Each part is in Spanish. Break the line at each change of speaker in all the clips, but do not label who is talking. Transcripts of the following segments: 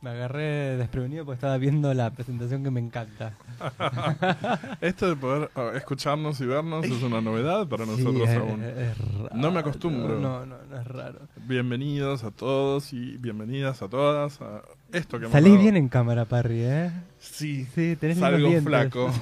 Me agarré desprevenido porque estaba viendo la presentación que me encanta.
Esto de poder ah, escucharnos y vernos es una novedad para nosotros
Sí, eh, es-
aún.
es raro.
No me acostumbro.
No, no, no es raro.
Bienvenidos a todos y bienvenidas a todas a esto que hemos
Salís
dado.
bien en cámara, Parry, ¿eh?
Sí,
Sí, tenés
salgo
lindos dientes.
flaco.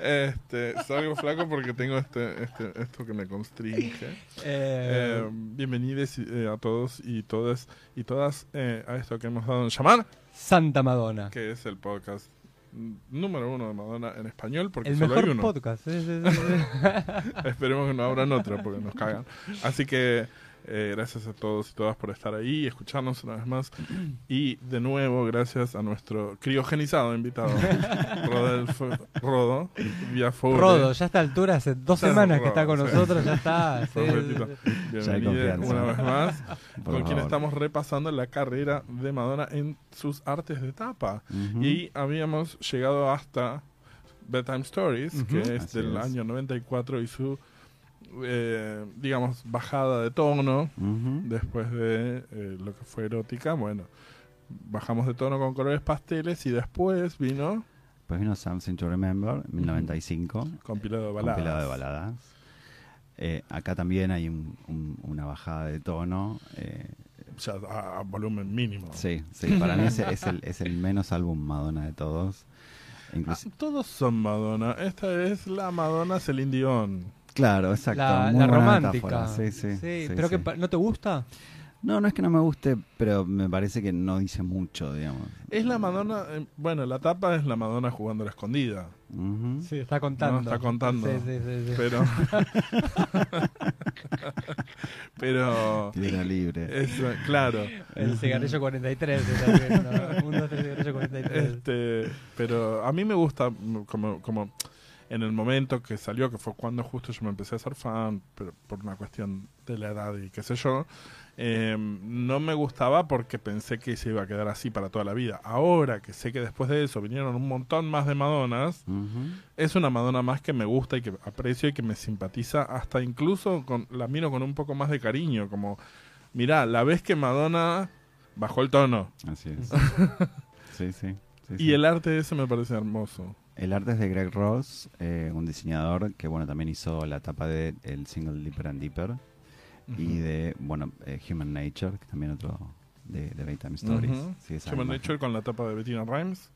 este, salgo flaco porque tengo este, este, esto que me constringe.
Eh,
Eh, bienvenidos eh, a todos y todas y todas eh, a esto que hemos dado en llamar,
Santa Madonna.
que es el podcast número uno de Madonna en español, porque
El
solo hay
mejor
uno.
podcast. sí, sí, sí, sí.
Esperemos que no abran otra porque nos cagan. Así que eh, gracias a todos y todas por estar ahí y escucharnos una vez más. Y de nuevo, gracias a nuestro criogenizado invitado, Rodolfo Rodo, Viafobre.
Rodo, ya a esta altura hace dos
Ya es
semanas
Rodo,
que está con
sí.
nosotros, ya está. sí, sí,
Perfectito.
sí.
Ya hay
Bienvenido
confianza.
una vez más.
Por
con quien
favor.
estamos repasando la carrera de Madonna en sus artes de tapa.
Ujú.
Y habíamos llegado hasta Bedtime Stories, que es
Así
del
es.
año 94 y su, eh, digamos, bajada de tono
Ujú.
después de eh, lo que fue erótica. Bueno, bajamos de tono con colores pasteles y después vino
Pues vino Something to Remember, 1995,
compilado de baladas.
compilado de baladas. Eh, acá también hay un- un- una bajada de tono. eh,
O sea, a, a volumen mínimo.
sí, sí, para mí ese es, el, es el menos álbum Madonna de todos.
Ah,
Inclusi-
todos son Madonna. Esta es la Madonna Celine Dion.
claro, exacto.
Ah, La,
muy
la
buena
romántica.
metáfora, Sí, sí, sí,
pero
sí.
que pa- no te gusta.
No, no es que no me guste, pero me parece que no dice mucho, digamos.
Es la Madonna, eh, bueno, la tapa es la Madonna jugando a la escondida,
Ujú.
Sí, está contando.
No, está contando.
Sí, sí, sí, sí.
pero pero
Tiro libre.
es, eh, claro,
El cigarrillo 43. es también, ¿no? Un, dos, tres, cigarrillo 43.
este, pero a mí me gusta mm, como como en el momento que salió, que fue cuando justo yo me empecé a ser fan, pero por una cuestión de la edad y qué sé yo, eh, no me gustaba porque pensé que se iba a quedar así para toda la vida. Ahora que sé que después de eso vinieron un montón más de Madonas,
Ujú.
es una Madonna más que me gusta y que aprecio y que me simpatiza, hasta incluso con, la miro con un poco más de cariño, como, mirá, la vez que Madonna bajó el tono.
Así es. sí, sí. sí, sí.
eh. Y el arte ese me parece hermoso.
El arte es de Greg Ross, eh, un diseñador que bueno también hizo la tapa de el single Deeper and Deeper y de bueno eh, Human Nature, que también otro de, de Bedtime Stories.
Ujú.
Sí, esa
Human
imagen.
Nature con la tapa de Bettina Rhymes.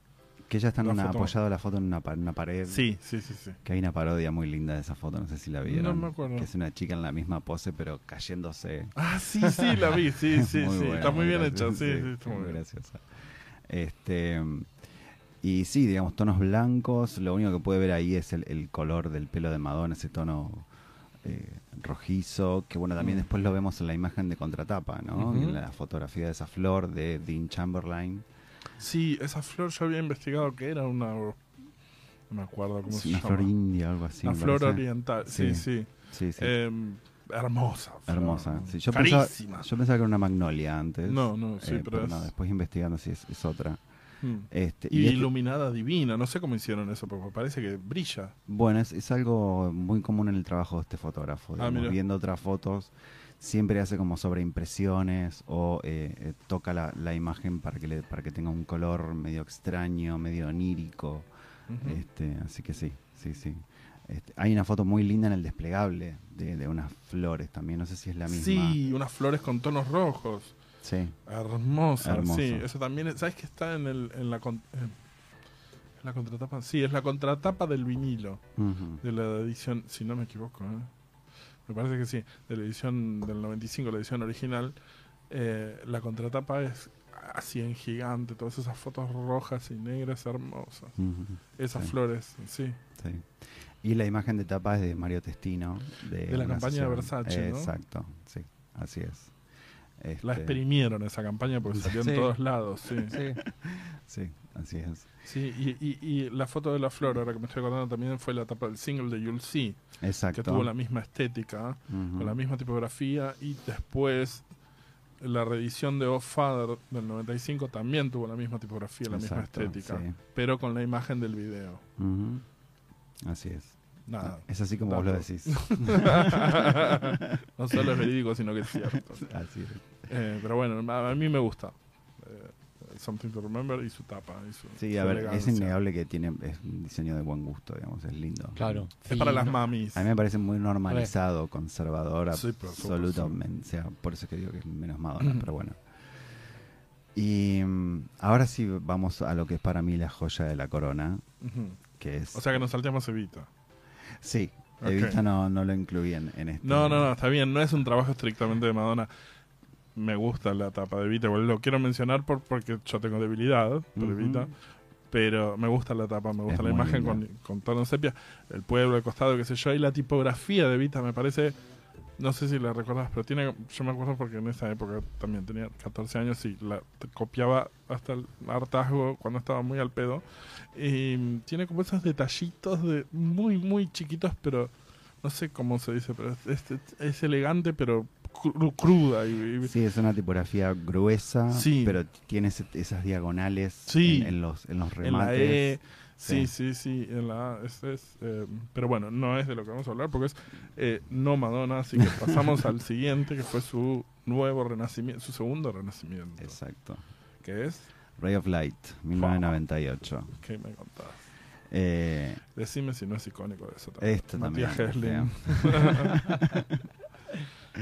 Que ya están
La
una-
foto.
apoyado la foto en una, pa- en una pared.
Sí, sí, sí, sí.
Que hay una parodia muy linda de esa foto, no sé si la vieron.
No me acuerdo.
Que es una chica en la misma pose pero cayéndose.
Ah, sí, sí, la vi, sí, sí, sí.
buena,
está muy bien hecha,
graciosa,
sí, sí, está muy
muy
bien.
graciosa. Este, y sí, digamos, tonos blancos. Lo único que puede ver ahí es el, el color del pelo de Madonna, ese tono eh, rojizo, que bueno, también después lo vemos en la imagen de contratapa, ¿no?
Mm. Ujú.
En la fotografía de esa flor de Dean Chamberlain.
Sí, esa flor yo había investigado que era una... No me acuerdo cómo
Es
se
una
llama.
flor india, algo así.
una
me
flor
parece.
oriental, sí,
Sí.
sí.
Sí, sí.
Em, hermosa. flor.
Hermosa. Sí, yo, pensaba,
Carísima.
yo pensaba que era una magnolia antes.
No, no, sí,
eh,
pero es-
no, después investigando, sí, es, es otra.
Mm.
Este,
Y,
este-
iluminada divina, no sé cómo hicieron eso, porque parece que brilla.
Bueno, es, es algo muy común en el trabajo de este fotógrafo.
Ah,
digamos.
mira.
Viendo otras fotos, siempre hace como sobreimpresiones o eh, eh, toca la, la imagen para que, le, para que tenga un color medio extraño, medio onírico. este, así que sí, sí, sí. Este, hay una foto muy linda en el desplegable de, de unas flores también. No sé si es la misma.
Sí, unas flores con tonos rojos.
Sí.
Hermosa,
Hermoso.
sí. Eso también, es- ¿sabes que está en, el, en la con- en la contratapa? Sí, es la contratapa del vinilo,
Ujú.
de la edición, si no me equivoco, ¿eh? me parece que sí, de la edición del 95, la edición original. eh, la contratapa es así en gigante, todas esas fotos rojas y negras hermosas.
Ujú.
Esas
Sí.
flores, sí.
Sí. Y la imagen de tapa es de Mario Testino. De,
De la
una
campaña de
sesión-
Versace, ¿no?
Exacto, sí, así es. Este,
La exprimieron esa campaña porque salió en
Sí.
todos lados, sí.
Sí.
Sí, así es.
Sí, y, y- y la foto de la flor, ahora que me estoy acordando, también fue la tapa del single de You'll See,
Exacto. Mm.
que tuvo la misma estética,
Ujú.
con la misma tipografía, y después la reedición de Off Father del 95 también tuvo la misma tipografía, la
Exacto,
misma estética,
sí.
pero con la imagen del video.
Ujú. Así es.
Nada.
Es así como vos lo
Ah, Dato.
decís.
no solo es verídico, sino que es cierto.
así es.
Eh, pero bueno, a, a mí me gusta. eh, Something to Remember y su tapa. Y su,
Sí, a
su
ver, es
elegancia.
innegable que tiene es un diseño de buen gusto, digamos, es lindo.
Claro.
Es para las
Sí.
mamis.
A mí me parece muy normalizado, conservador,
Sí, por supuesto.
absolutamente. O sea, por eso es que digo que es menos Madonna, pero bueno. Y mm, ahora sí vamos a lo que es para mí la joya de la corona,
Ujú.
que es...
O sea que nos salteamos Evita.
sí,
Ok.
Evita no, no lo incluían en este...
No, no, no, está bien. No es un trabajo estrictamente de Madonna. Me gusta la tapa de Evita. igual lo quiero mencionar por, porque yo tengo debilidad por
Ujú.
Evita. Pero me gusta la tapa, me gusta
Es muy
la imagen con,
linda.
con tono en sepia. El pueblo, el costado, qué sé yo. Y la tipografía de Evita me parece... No sé si la recordás, pero tiene... Yo me acuerdo porque en esa época también tenía 14 años y la t- copiaba hasta el hartazgo cuando estaba muy al pedo. Y tiene como esos detallitos de muy, muy chiquitos, pero no sé cómo se dice, pero es, es- es elegante, pero cru- cruda. Y, y-
Sí, es una tipografía gruesa,
Sí.
pero tiene ese- esas diagonales
Sí.
en, en los, en los
en la
remates.
E. Sí,
sí.
sí, sí, en la A, es- es, eh, pero bueno, no es de lo que vamos a hablar porque es eh, no Madonna, así que pasamos al siguiente, que fue su nuevo renacimiento, su segundo renacimiento,
Exacto.
que es,
Ray of Light, 1998.
¿qué me contás?
Eh,
Decime si no es icónico eso también.
esto
Matías
también.
Heslin.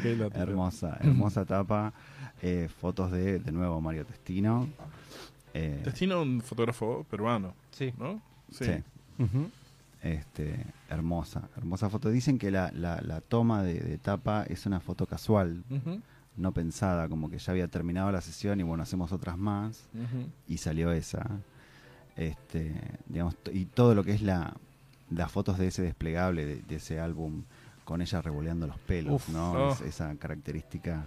Que la tiró.
Hermosa, hermosa tapa. Eh, fotos de, de nuevo, Mario Testino. Eh,
Destino un fotógrafo peruano,
Sí.
¿no?
sí.
Ujú.
Este, hermosa, hermosa foto. Dicen que la, la- la toma de, de tapa es una foto casual,
Ujú,
no pensada, como que ya había terminado la sesión y bueno, hacemos otras más.
ujú.
y salió esa. Este, digamos, t- y todo lo que es la, las fotos de ese desplegable, de, de ese álbum, con ella revoleando los pelos,
Uf,
¿no?
oh.
Es- esa característica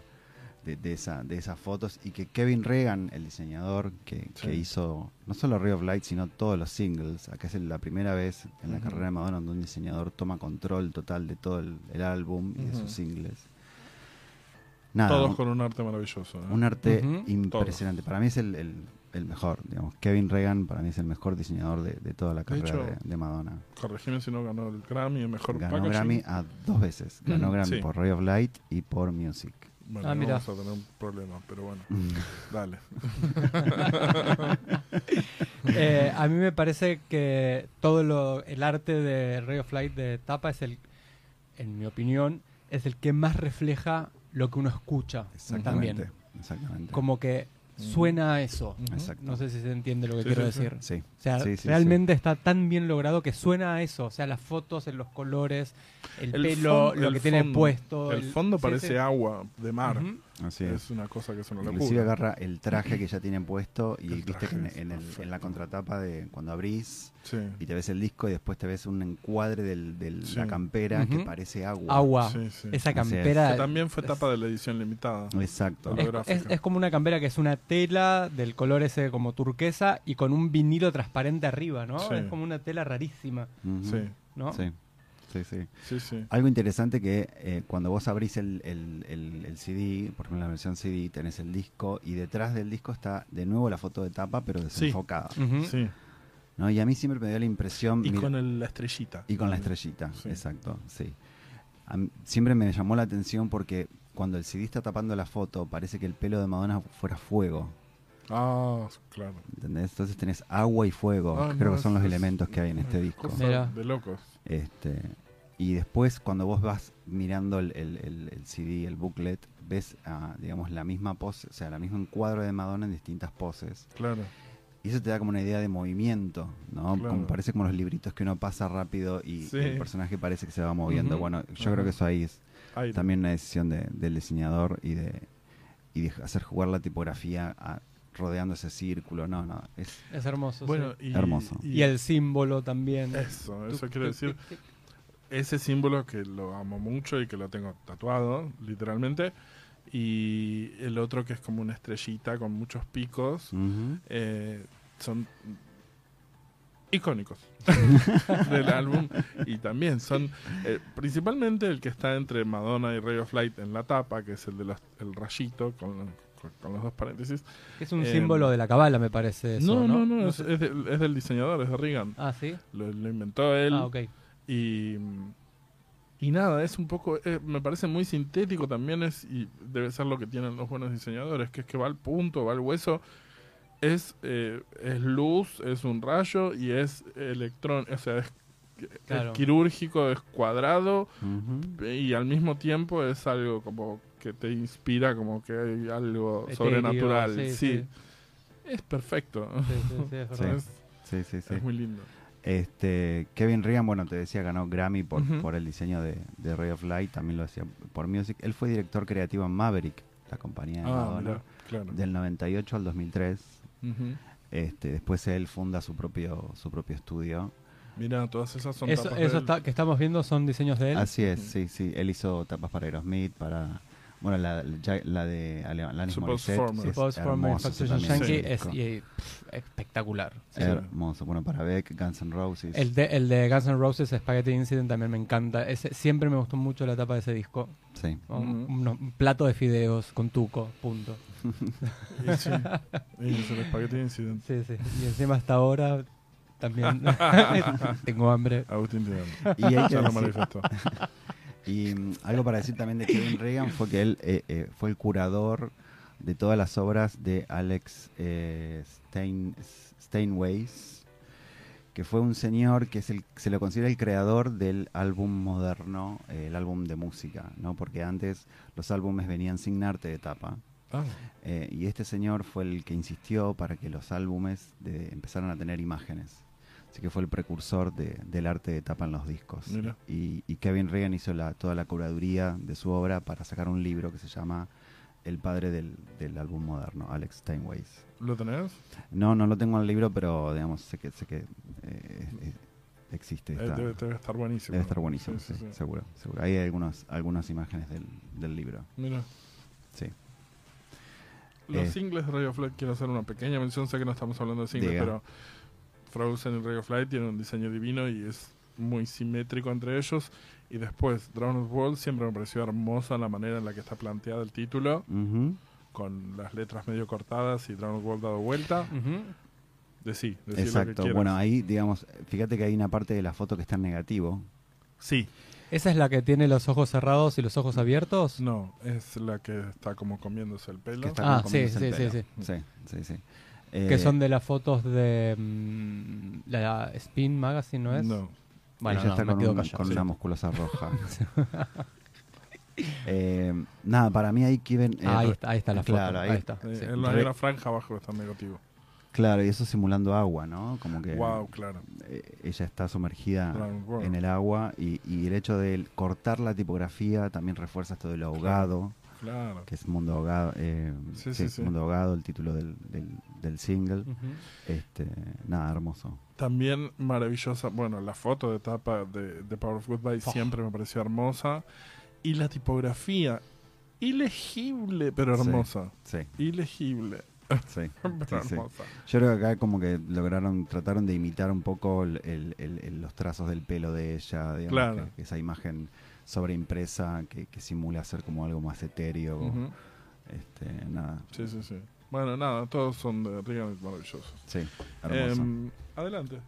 de, de esa, de esas fotos. Y que Kevin Regan, el diseñador que,
Sí.
que hizo no solo Ray of Light, sino todos los singles, acá es la primera vez en la
Ujú.
carrera de Madonna donde un diseñador toma control total de todo el, el álbum y de
Ujú.
sus singles. Nada,
Todos
un-
con un arte maravilloso. ¿eh?
un arte
Ujú.
impresionante. Para mí es el, el- el mejor, digamos. Kevin Regan para mí es el mejor diseñador de, de toda la carrera
hecho,
de, de Madonna.
Corregime si no ganó el Grammy, el mejor
Ganó
packaging.
Grammy a dos veces. Ganó Grammy
Sí.
por Ray of Light y por Music.
Bueno,
Ah,
no
mira.
vamos a tener un problema, pero bueno, dale.
Eh, a mí me parece que todo lo, el arte de Ray of Light de tapa es el, en mi opinión, es el que más refleja lo que uno escucha
Exactamente.
también.
Exactamente.
Como que suena a eso.
Exacto.
No sé si se entiende lo que
Sí,
quiero
sí, sí.
decir.
Sí.
O sea,
Sí, sí, sí.
realmente está tan bien logrado que suena a eso. O sea, las fotos, en los colores, el, pelo,
fon-
lo
el
que tiene
fondo.
puesto.
El fondo
sí,
parece
sí.
agua de mar.
Ujú.
Así es.
Es una cosa que es una
Inclusive
locura.
agarra el traje que ya tiene puesto y
El
viste que
traje
en,
es
en el- en la
perfecto.
contratapa de cuando abrís
Sí.
y te ves el disco y después te ves un encuadre del- de la
Sí.
campera que
Ujú.
parece
Agua.
Sí, sí.
Así
Esa
es.
campera.
Que también fue
es-
tapa de la edición limitada.
Exacto.
Lo
Es,
holográfica.
es- es como una campera que es una tela del color ese como turquesa y con un vinilo transparente arriba, ¿no?
Sí.
Es como una tela rarísima,
Ujú.
Sí,
¿no?
Sí. Sí, sí.
sí, sí.
Algo interesante que eh, cuando vos abrís el, el- el- el CD, por ejemplo la versión CD, tenés el disco y detrás del disco está de nuevo la foto de tapa pero desenfocada.
Ujú.
sí.
¿no? Y a mí siempre me dio la impresión...
Mm. Y
mira-
con el- la estrellita.
y con la estrellita,
Sí.
exacto, sí. A mí- siempre me llamó la atención porque cuando el CD está tapando la foto parece que el pelo de Madonna fuera fuego.
Ah, claro.
¿Entendés? Entonces tenés agua y fuego,
Ah,
que creo
no,
que son los
es-
elementos que hay en este
es
disco.
cosa
Mira.
De locos.
Este, y después, cuando vos vas mirando el, el- el- el CD, el booklet, ves, ah, digamos, la misma pose, o sea, la misma encuadro de Madonna en distintas poses.
Claro.
Y eso te da como una idea de movimiento, ¿no?
Claro.
Como, parece como los libritos que uno pasa rápido y
Sí.
el personaje parece que se va moviendo.
Ujú.
Bueno, yo
Ajá.
creo que eso ahí es
Aire.
también una decisión de- del diseñador y de, y de hacer jugar la tipografía a- rodeando ese círculo. No, no, es...
Es hermoso.
Bueno,
sí.
y,
Hermoso.
y, el símbolo también.
Eso, eso
Tuc,
quiero
tuc,
decir.
tuc, tuc.
ese símbolo que lo amo mucho y que lo tengo tatuado, literalmente, y el otro que es como una estrellita con muchos picos,
Ujú.
eh, son icónicos del álbum y también son eh, principalmente el que está entre Madonna y Ray of Light en la tapa que es el de los- el rayito con, con- con los dos paréntesis
Es un
Eh,
símbolo de la cabala, me parece. Eso,
no
no,
no no, es,
sé.
es del, es del diseñador es de Reagan
Ah, sí.
lo, lo inventó él
Ah, ok.
y y nada es un poco eh, me parece muy sintético también es y debe ser lo que tienen los buenos diseñadores que es que va al punto va al hueso es eh, es luz es un rayo y es electrón o sea es, es
Claro.
quirúrgico es cuadrado
Ujú.
y al mismo tiempo es algo como que te inspira como que hay algo
Etéreo,
sobrenatural sí,
Sí, sí.
es perfecto
Sí, sí, sí, es
Sí.
verdad.
es,
Sí, sí, sí.
es muy lindo
Este, Kevin Reagan, bueno, te decía, ganó Grammy por,
Ujú.
por el diseño de, de Ray of Light, también lo hacía por Music. Él fue director creativo en Maverick, la compañía de
ah,
Madonna,
mirá, claro
del 98 al 2003.
Ujú.
Este, después él funda su propio, su propio estudio.
Mira, todas esas son
Eso,
tapas de
eso
él.
está- que estamos viendo son diseños de él.
Así es, sí, sí. Él hizo tapas para Aerosmith, para... Bueno, la, ya- la de Ale- Alanis Morissette
Suppose Former.
es
Suppose from
hermoso, ese
Manufacturing
también, ese
Yankee es,
disco.
y- pff, espectacular. Sí.
Hermoso. Bueno, para Beck, Guns N' Roses.
El de, el de Guns N' Roses, Spaghetti Incident, también me encanta. Ese, siempre me gustó mucho la tapa de ese disco.
Sí.
Un,
Ujú.
unos- un plato de fideos con tuco, punto.
Y sí, y es el espagueti incident.
Sí, sí. Y encima hasta ahora también tengo hambre.
Agustín Tidal.
Y hay que
Ya lo
decir-
manifestó.
Y mm, algo para decir también de Kevin Reagan fue que él eh, eh, fue el curador de todas las obras de Alex eh, Stein, Steinways, que fue un señor que es el- se lo considera el creador del álbum moderno, eh, el álbum de música, ¿no? porque antes los álbumes venían sin arte de tapa.
Ah,
eh, y este señor fue el que insistió para que los álbumes de- empezaran a tener imágenes. Así que fue el precursor de- del arte de tapa en los discos
mira.
y, y Kevin Reagan hizo la- toda la curaduría de su obra para sacar un libro que se llama El padre del, del álbum moderno, Alex Steinways.
¿Lo tenés?
No, no lo tengo en el libro, pero digamos, sé que, sé que eh, eh, existe.
Eh,
está-
debe, debe estar buenísimo.
debe estar buenísimo,
Sí, sí,
sí,
sí.
seguro, seguro. Ahí Hay algunos, algunas imágenes del, del libro,
Mira.
sí.
Los
Eh.
singles de Radio Flight, quiero hacer una pequeña mención. Sé que no estamos hablando de singles,
Diga.
pero Frozen y Radio Flight tienen un diseño divino y es muy simétrico entre ellos. Y después, Drowned World siempre me pareció hermosa la manera en la que está planteado el título,
Ujú.
con las letras medio cortadas y Drowned World dado vuelta. Decí, decí lo que
Exacto.
quieras.
Bueno, ahí, digamos, fíjate que hay una parte de la foto que está en negativo.
Sí,
¿Esa es la que tiene los ojos cerrados y los ojos abiertos?
No, es la que está como comiéndose el pelo.
Que está como
Ah, sí,
comiéndose el
sí, sí,
pelo. Sí, sí, sí. Eh,
Que son de las fotos de mm, la Spin Magazine, ¿no es?
No.
Bueno,
Eh, Ella
no,
está
me
con,
quedo
un-
callado.
con
Sí.
una musculosa roja. Eh, nada, para mí ahí Kevin. eh,
ahí, está, ahí está la foto.
Claro, ahí-
ahí está.
Eh,
sí.
en la,
Re-
en la franja abajo que está en negativo.
Claro, y eso simulando agua, ¿no? Como que
Wow, claro.
eh, ella está sumergida
Claro, bueno.
en el agua y, y el hecho de el- cortar la tipografía también refuerza esto del ahogado,
Claro.
que es Mundo Ahogado, eh, sí,
Sí, sí, sí.
Mundo Ahogado, el título del, del- del single.
Ujú.
Este, nada, hermoso.
También maravillosa. Bueno, la foto de tapa de, de Power of Goodbye
Oh.
siempre me pareció hermosa. Y la tipografía, ilegible, pero hermosa.
Sí,
Ilegible,
sí.
pero
Sí, sí.
hermosa.
Yo creo que acá como que lograron, trataron de imitar un poco el- el- el- el- los trazos del pelo de ella, digamos,
Claro.
que- que esa imagen sobreimpresa que, que simula ser como algo más etéreo,
Ujú.
este, nada,
Sí, sí, sí. Bueno, nada, todos son de Reagan y maravillosos.
sí, hermoso.
Em, adelante.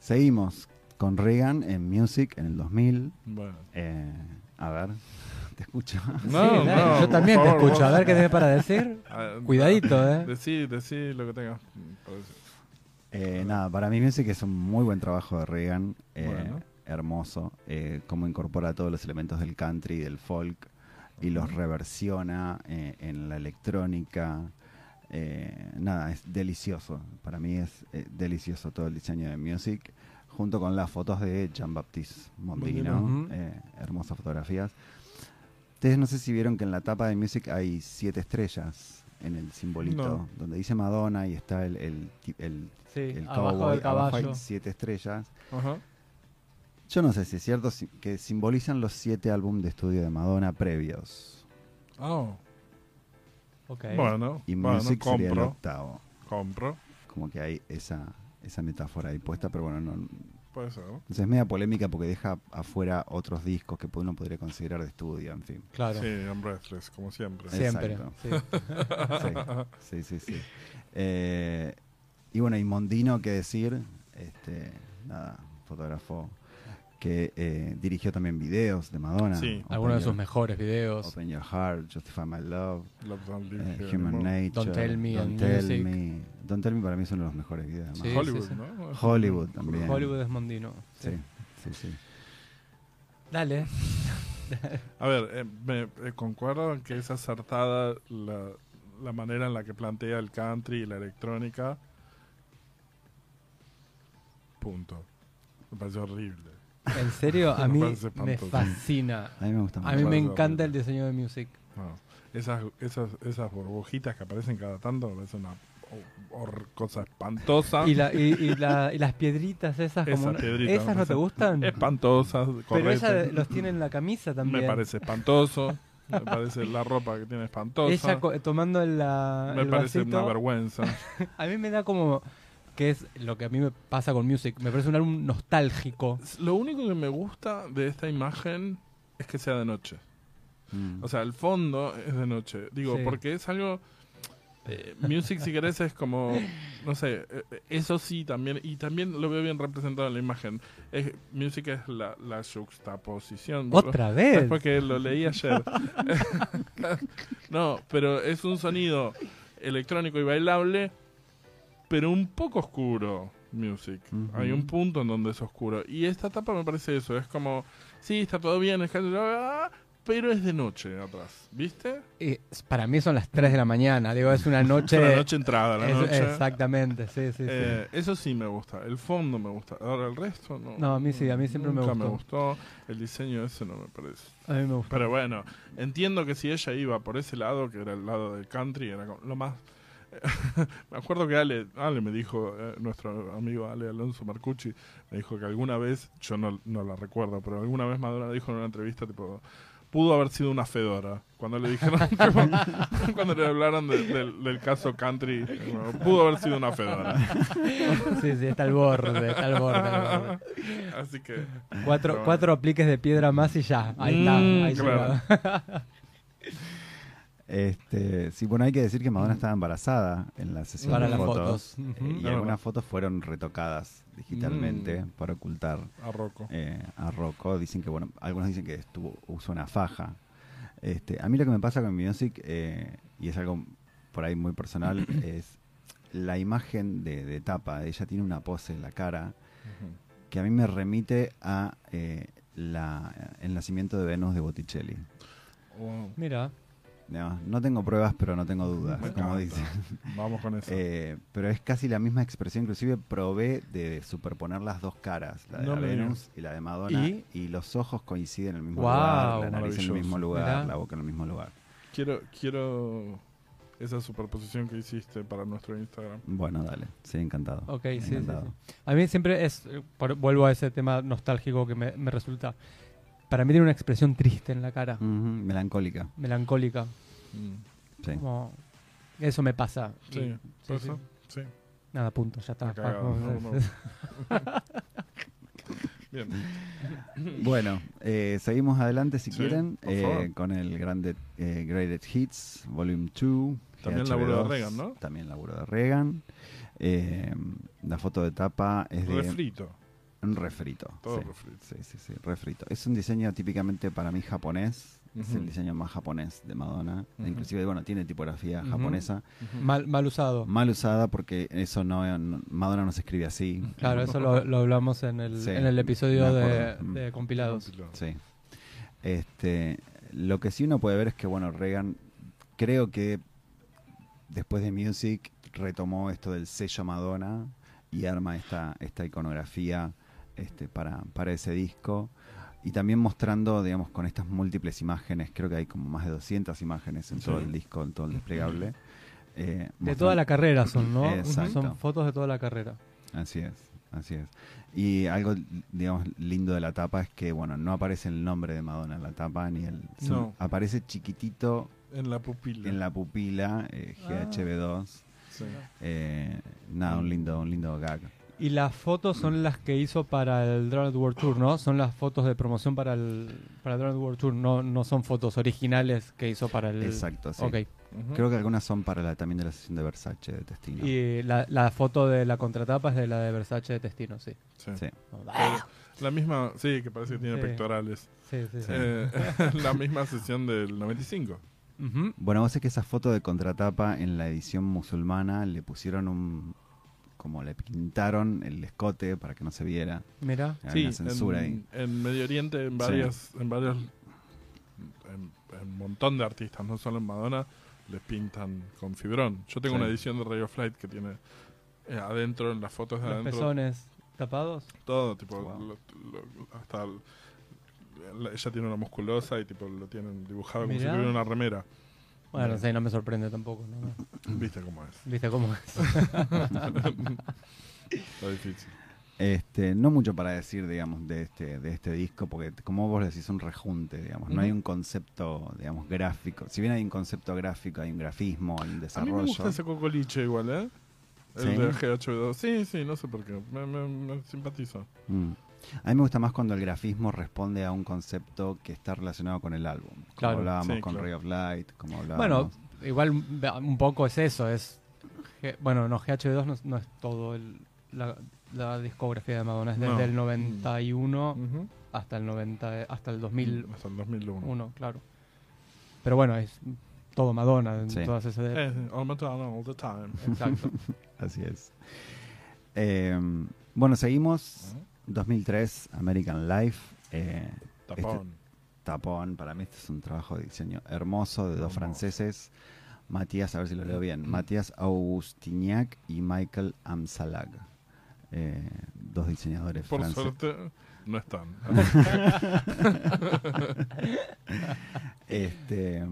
Seguimos con Reagan en Music en el 2000,
Bueno.
eh, a ver, te escucho.
Sí, dale,
No, no,
yo
por
también te
favor,
escucho.
vos-
A ver qué tenés para decir.
Ah,
Cuidadito, ¿eh?
Decí, decí lo que tengas. para decir.
Eh, nada, para mí Music es un muy buen trabajo de Reagan, eh,
Bueno.
hermoso, eh, cómo incorpora todos los elementos del country y del folk y los reversiona eh, en la electrónica. Eh, nada, es delicioso, para mí es eh, delicioso todo el diseño de Music, junto con las fotos de Jean-Baptiste Mondino,
Mondino.
eh, hermosas fotografías. Ustedes no sé si vieron que en la tapa de Music hay siete estrellas en el simbolito,
No.
donde dice Madonna y está el- el ti- el
Sí,
el
abajo
cowboy,
del
abajo
caballo.
hay siete estrellas.
Ajá.
Yo no sé si es cierto si- que simbolizan los siete álbumes de estudio de Madonna previos.
Oh,
Ok.
bueno,
Y
bueno,
Music sería el
compro,
octavo.
compro,
Como que hay esa, esa metáfora ahí puesta, pero bueno, no,
puede ser.
entonces es media polémica porque deja afuera otros discos que uno podría considerar de estudio, en fin.
Claro.
Sí, en Breathless, como siempre.
Sí.
Siempre.
Exacto.
sí.
Sí, sí, sí. sí. Eh, y bueno, y Mondino, qué decir, este, nada, fotógrafo que eh, dirigió también videos de Madonna.
Sí.
Open
Algunos de sus
Your-
mejores videos.
Open Your Heart, Justify My Love,
Love Don't Live
eh,
Here
Human
Anymore.
Nature.
Don't Tell Me
Don't
and
Tell
Music.
Me. Don't Tell Me para mí es uno de los mejores videos. además.
Sí,
Hollywood,
sí, sí.
¿no?
Hollywood también.
Hollywood es Mondino.
Sí, sí, sí.
Dale.
A ver, eh, me eh, concuerdo que es acertada la, la manera en la que plantea el country y la electrónica. Punto. Me parece horrible.
En serio, a mí
Me parece
me
espantoso.
fascina.
A mí me gusta mucho.
A mí me
parece horrible.
encanta el diseño de music.
No. Esas, esas, esas burbujitas que aparecen cada tanto me parece una o- hor- cosa espantosa.
Y, la, y, y la- y las piedritas esas,
Ah. Esas
como no-
piedritas,
¿esas no te
esas-
gustan?
Espantosas,
Pero
correctas.
ella los tiene en la camisa también.
Me parece espantoso. me parece la ropa que tiene espantosa.
Ella co- tomando la,
me
el
parece
vasito.
una vergüenza.
A mí me da como que es lo que a mí me pasa con Music. Me parece un álbum nostálgico.
Lo único que me gusta de esta imagen es que sea de noche.
Mm.
O sea, el fondo es de noche. Digo,
Sí.
porque es algo. eh, music, si querés, es como. No sé, eh, eh, eso sí también. Y también lo veo bien representado en la imagen. Es, music es la, la juxtaposición.
Otra vez.
Después que lo leí ayer. no, pero es un sonido electrónico y bailable, pero un poco oscuro. Music.
Ujú.
Hay un punto en donde es oscuro. Y esta tapa me parece eso. Es como, sí, está todo bien, es que- ah, pero es de noche atrás. ¿Viste?
Y Eh, para mí son las 3 de la mañana. Digo, es una noche.
Es la noche entrada, la
es-
noche.
Exactamente, sí, sí, sí.
Eh, Eso sí me gusta. El fondo me gusta. Ahora el resto no.
No, a mí sí, a mí siempre me
Nunca
gustó.
El diseño ese no me parece.
a mí me gusta.
Pero bueno, entiendo que si ella iba por ese lado, que era el lado del country, era como lo más... me acuerdo que Ale, Ale me dijo, eh, nuestro amigo Ale Alonso Marcucci, me dijo que alguna vez, yo no, no la recuerdo, pero alguna vez Madonna dijo en una entrevista, tipo, pudo haber sido una Fedora, cuando le dijeron, tipo, cuando le hablaron de- del, del caso country, como, pudo haber sido una Fedora.
Sí, sí, está al borde, está al borde. al borde.
Así que...
Cuatro,
Pero
cuatro apliques de piedra más y ya. Ahí está.
Mm,
Ahí
claro.
llegó.
Este, sí, bueno, hay que decir que Madonna estaba embarazada en la sesión
Para
de
las
fotos.
fotos. Mm.
eh,
Ujú.
y algunas fotos fueron retocadas digitalmente
Mm.
para ocultar
A Rocco.
eh, a Rocco. Dicen que, bueno, algunos dicen que estuvo, usó una faja. Este, a mí lo que me pasa con Music, eh, y es algo por ahí muy personal, es la imagen de, de tapa. Ella tiene una pose en la cara que a mí me remite a eh, la, el nacimiento de Venus de Botticelli.
Wow.
Mira,
No, no tengo pruebas, pero no tengo dudas,
Me
como
encanta.
dicen.
Vamos con eso.
Eh, pero es casi la misma expresión, inclusive probé de superponer las dos caras, la de
No
la
me
Venus y la de Madonna,
¿Y?
¿Y? los ojos coinciden en el mismo
Wow,
lugar, la nariz en el mismo
maravilloso.
lugar,
Mirá.
la boca en el mismo lugar.
Quiero, quiero esa superposición que hiciste para nuestro Instagram.
Bueno, dale, sí, encantado.
ok, sí, sí,
Encantado.
sí. A mí siempre es, eh, por- vuelvo a ese tema nostálgico que me, me resulta. Para mí tiene una expresión triste en la cara,
Ujú, melancólica,
melancólica.
sí.
Como, eso me pasa. Y-
Mm. Sí,
sí,
¿por
sí.
eso? Sí.
Nada, punto, ya
Ah,
está.
Está cagado, no, no. Bien.
Bueno, eh, seguimos adelante si
Sí,
quieren
por
eh,
favor.
con el grande eh, Graded Hits, Volume 2.
También
GHB2,
laburo de Reagan, ¿no?
También laburo de Reagan. Eh, la foto de tapa es de
Refrito.
un refrito.
Todo
sí.
refrito.
Sí, sí, sí, refrito. Es un diseño típicamente para mí japonés. Es
Ujú.
el diseño más japonés de Madonna.
Ujú.
Inclusive, bueno, tiene tipografía
Ujú.
japonesa.
Mal, mal usado.
Mal usada porque eso no, no- Madonna no se escribe así.
Claro, eso lo, lo hablamos en el,
Sí,
en el episodio
me
de,
acuerdo. Mm.
de compilados.
Sí. Este, lo que sí uno puede ver es que, bueno, Reagan creo que después de Music retomó esto del sello Madonna y arma esta, esta iconografía este, para, para ese disco. Y también mostrando, digamos, con estas múltiples imágenes, creo que hay como más de 200 imágenes en
Sí.
todo el disco, en todo el desplegable. Eh,
De
mostran-
toda la carrera son, ¿no?
Exacto.
Son fotos de toda la carrera.
Así es. Así es. Y algo, digamos, lindo de la tapa es que, bueno, no aparece el nombre de Madonna en la tapa, ni el...
No.
Aparece chiquitito
En la pupila.
en la pupila, eh, GHB2.
Sí.
Eh, nada, un lindo, un lindo gag.
Y las fotos son las que hizo para el Drowned World Tour, ¿no? Son las fotos de promoción para el, para el Drowned World Tour, no, no son fotos originales que hizo para el...
Exacto, sí.
Ok.
Ujú.
Creo que algunas son para la, también de la sesión de Versace de Testino.
Y la, la foto de la contratapa es de la de Versace de Testino, sí.
Sí.
Sí.
La misma, sí, que parece que tiene
Sí.
pectorales.
Sí, sí, sí.
Eh, la misma sesión del 95.
Ujú.
Bueno, vos sé que esa foto de contratapa en la edición musulmana le pusieron un... como le pintaron el escote para que no se viera.
Mira.
Hay
sí,
una censura ahí.
en, en Medio Oriente, en
Sí.
varias, en varios, en, en un montón de artistas, no solo en Madonna, les pintan con fibrón. Yo tengo
Sí.
una edición de Radio Flight que tiene eh, adentro, en las fotos de
Los
adentro,
pezones tapados.
todo, tipo,
Wow.
lo- lo- hasta el- la- ella tiene una musculosa y tipo lo tienen dibujado como si
Mirá.
tuviera una remera.
Bueno, no sé, no me sorprende tampoco. ¿no?
Viste cómo es.
¿Viste cómo es?
Está difícil.
Este, no mucho para decir, digamos, de este, de este disco, porque t- como vos decís, es un rejunte, digamos. No hay un concepto, digamos, gráfico. Si bien hay un concepto gráfico, hay un grafismo, hay un
A mí me
desarrollo.
gusta ese cocoliche igual, ¿eh? El
¿Sí?
de GHB2. Sí, sí, no sé por qué. Me, me- me simpatizo.
Mm. A mí me gusta más cuando el grafismo responde a un concepto que está relacionado con el álbum. Como
Claro.
hablábamos
Sí,
con
claro.
Ray of Light, como hablábamos.
bueno, igual un un poco es eso. es G- Bueno, no, GHB2 no, es- no es todo el- la, la discografía de Madonna. Es desde
No. Mm.
el 91
Ujú.
hasta el 90, hasta el 2001,
Hasta el 2001.
claro. Pero bueno, es todo Madonna. en
Sí.
Todas esas
Eh, all Madonna, all the time.
Exacto.
Así es. Eh, bueno, seguimos. 2003, American Life. Eh, este-
Tapón.
Tapón, para mí este es un trabajo de diseño hermoso de dos
Hermoso.
franceses, Matías, a ver si lo leo bien, Matías Augustiniak y Michael Amsalag. Eh, dos diseñadores
Por
franceses.
suerte, no están.
Este,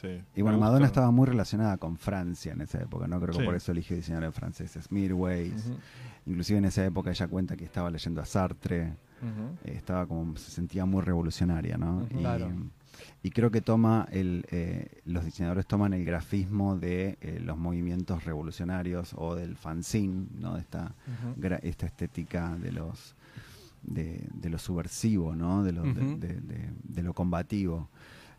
Sí,
y
me
bueno, Madonna
gusta.
estaba muy relacionada con Francia en esa época, no creo que
Sí.
por eso eligió diseñadores franceses, Mirways,
Ujú,
inclusive en esa época ella cuenta que estaba leyendo a Sartre,
ujú.
eh, estaba como se sentía muy revolucionaria, ¿no?
Ujú.
y,
Claro.
y creo que toma el, eh, los diseñadores toman el grafismo de eh, los movimientos revolucionarios o del fanzine, ¿no? De Esta,
Ujú.
gra- esta estética de los de, de lo subversivo, ¿no? De lo, de-
Ujú.
de- de- de lo combativo.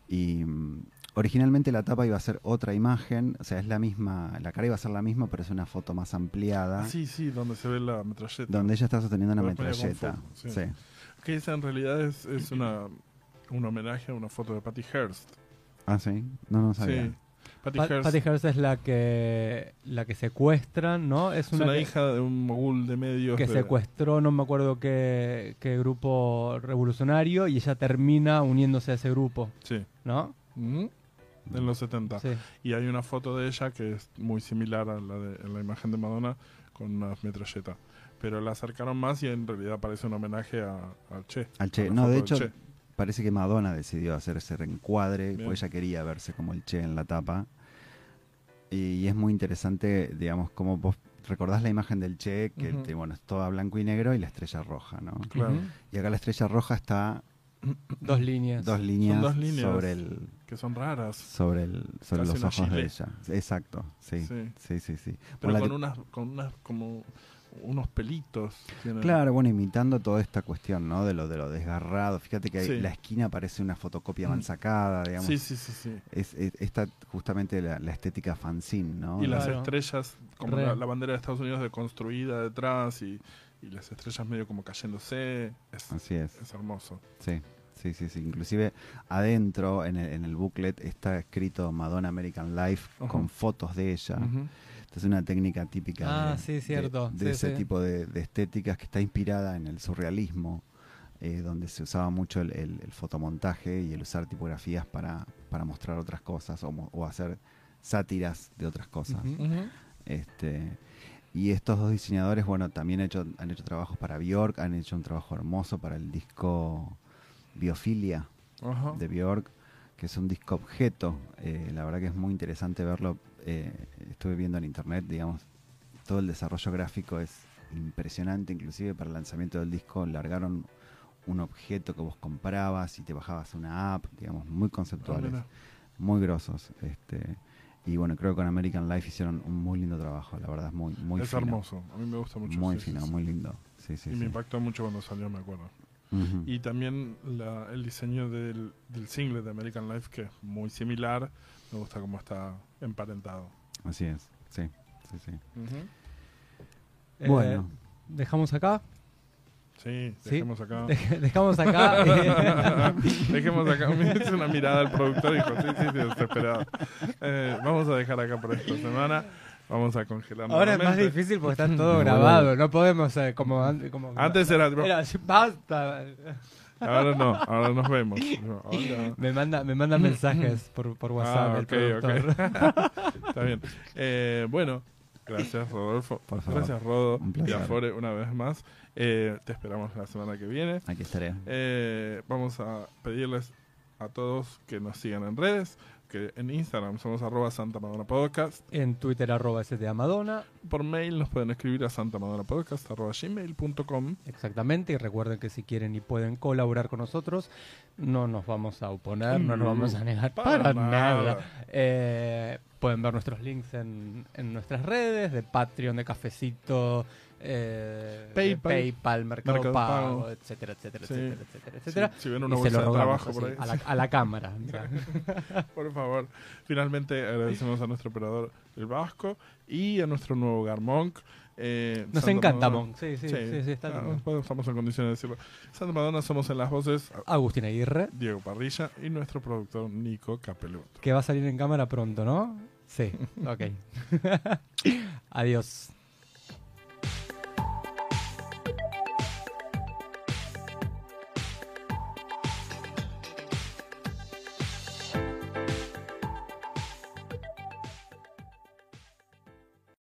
Y mm, originalmente la tapa iba a ser otra imagen, o sea, es la misma, la cara iba a ser la misma, pero es una foto más ampliada.
Sí, sí, donde se ve la metralleta.
Ah. Donde ella está sosteniendo una
Pero es medio
metralleta.
confuso, sí.
Sí.
Que esa en realidad es, es una, un homenaje a una foto de Patty Hearst.
Ah, sí. No, no sabía.
Sí. Patty
Pa-
Hearst
Patty Hearst es la que, la que secuestran, ¿no? Es
es una,
una, que-
hija de un mogul de medios.
que
de-
secuestró, no me acuerdo qué, qué grupo revolucionario, y ella termina uniéndose a ese grupo,
Sí.
¿no?
Ujú. En los 70.
Sí.
Y hay una foto de ella que es muy similar a la de a la imagen de Madonna con una metralleta. Pero la acercaron más y en realidad parece un homenaje a, a Che.
Al Che.
a la
No,
foto
de
del
hecho,
Che.
parece que Madonna decidió hacer ese reencuadre,
Bien.
porque ella quería verse como el Che en la tapa. Y, y es muy interesante, digamos, cómo vos recordás la imagen del Che, que
Ujú.
te- bueno, es toda blanco y negro y la estrella roja, ¿no?
Claro.
Ujú.
Y acá la estrella roja está
Dos líneas.
dos líneas,
dos líneas.
sobre el
Que son raras.
sobre el sobre
Casi
los
una
ojos de
gilet.
ella. Exacto, sí.
Sí.
Sí, sí, sí. Bueno,
Pero
la
con
que-
unas, con unas, como unos pelitos. tienen.
Claro, bueno, imitando toda esta cuestión, ¿no? De lo de lo desgarrado. Fíjate que
Sí. Mm.
la esquina parece una fotocopia mansacada, digamos.
Sí, sí, sí, sí.
es, es- esta justamente la, la estética fanzine, ¿no?
Y las
Claro.
estrellas, como
Re.
la, la bandera de Estados Unidos deconstruida detrás y, y las estrellas medio como cayéndose. Es,
Así es,
es hermoso.
sí. Sí, sí, sí. Inclusive adentro, en el, en el booklet, está escrito Madonna American Life
Ujú.
con fotos de ella.
Ujú.
Esta es una técnica típica
Ah,
de,
sí,
de-
cierto.
de
Sí,
ese
sí.
tipo de, de estéticas que está inspirada en el surrealismo, eh, donde se usaba mucho el, el- el fotomontaje y el usar tipografías para, para mostrar otras cosas o, mo- o hacer sátiras de otras cosas.
Ujú.
Este, y estos dos diseñadores, bueno, también han hecho, han hecho trabajos para Bjork, han hecho un trabajo hermoso para el disco Biofilia
Ajá.
de Bjork, que es un disco objeto. Eh, la verdad que es muy interesante verlo. eh, estuve viendo en internet, digamos, todo el desarrollo gráfico es impresionante, inclusive para el lanzamiento del disco largaron un objeto que vos comprabas y te bajabas una app, digamos, muy conceptuales,
Ah, mira.
muy grosos. Este, y bueno, creo que con American Life hicieron un muy lindo trabajo, la verdad es muy, muy
es
fino.
hermoso. A mí me gusta mucho.
muy
sí, sí,
fino,
sí.
muy lindo. Sí, sí,
Y
sí.
me impactó mucho cuando salió, me acuerdo.
Ujú.
Y también la- el diseño del, del single de American Life, que es muy similar. Me gusta cómo está emparentado.
Así es, sí, sí, sí.
Eh,
Bueno.
Dejamos acá.
Sí,
Sí.
dejemos acá.
Dej- dejamos acá. eh,
dejemos acá. Me hizo una mirada al productor y dijo: Sí, sí, sí, desesperado. Eh, vamos a dejar acá por esta semana. Vamos a congelar.
ahora es más
nuevamente.
difícil porque está todo grabado. No podemos, eh, como, an- como
Antes era. tipo,
Era así, basta.
Ahora no, ahora nos vemos. No, ahora-
Me manda, me
Mm,
manda mensajes por, por WhatsApp
Ah,
el
ok,
productor.
ok. Está bien. Eh, bueno, gracias Rodolfo.
Por favor.
Gracias Rodo
Un
y
placer.
Afore una vez más. Eh, te esperamos la semana que viene.
Aquí estaré.
Eh, vamos a pedirles a todos que nos sigan en redes, que en Instagram somos arroba Santa Madonna Podcast.
En Twitter arroba STA Madonna.
Por mail nos pueden escribir a santamadonapodcast arroba gmail.com.
Exactamente, y recuerden que si quieren y pueden colaborar con nosotros, no nos vamos a oponer, no nos
No,
vamos a negar
para
para,
nada.
nada. Eh, pueden ver nuestros links en, en nuestras redes, de Patreon, de Cafecito, eh, de
PayPal,
PayPal, Mercado,
Mercado
Pago,
Pago.
etcétera, etcétera,
Sí.
etcétera, etcétera, etcétera.
si ven una
y se lo
bolsa de
robamos
trabajo por
así,
ahí.
a, la, a la cámara. mira.
Por favor. Finalmente agradecemos a nuestro operador el Vasco y a nuestro nuevo hogar Monk. Eh,
Nos
Santa
encanta
Madonna-
Monk, sí, sí, sí, sí, está
Ah,
lindo.
bueno, estamos en condiciones de decirlo. Santa Madonna somos en las voces a-
Agustín Aguirre,
Diego Parrilla y nuestro productor Nico Capeluto.
que va a salir en cámara pronto, ¿no? Sí, ok. Adiós.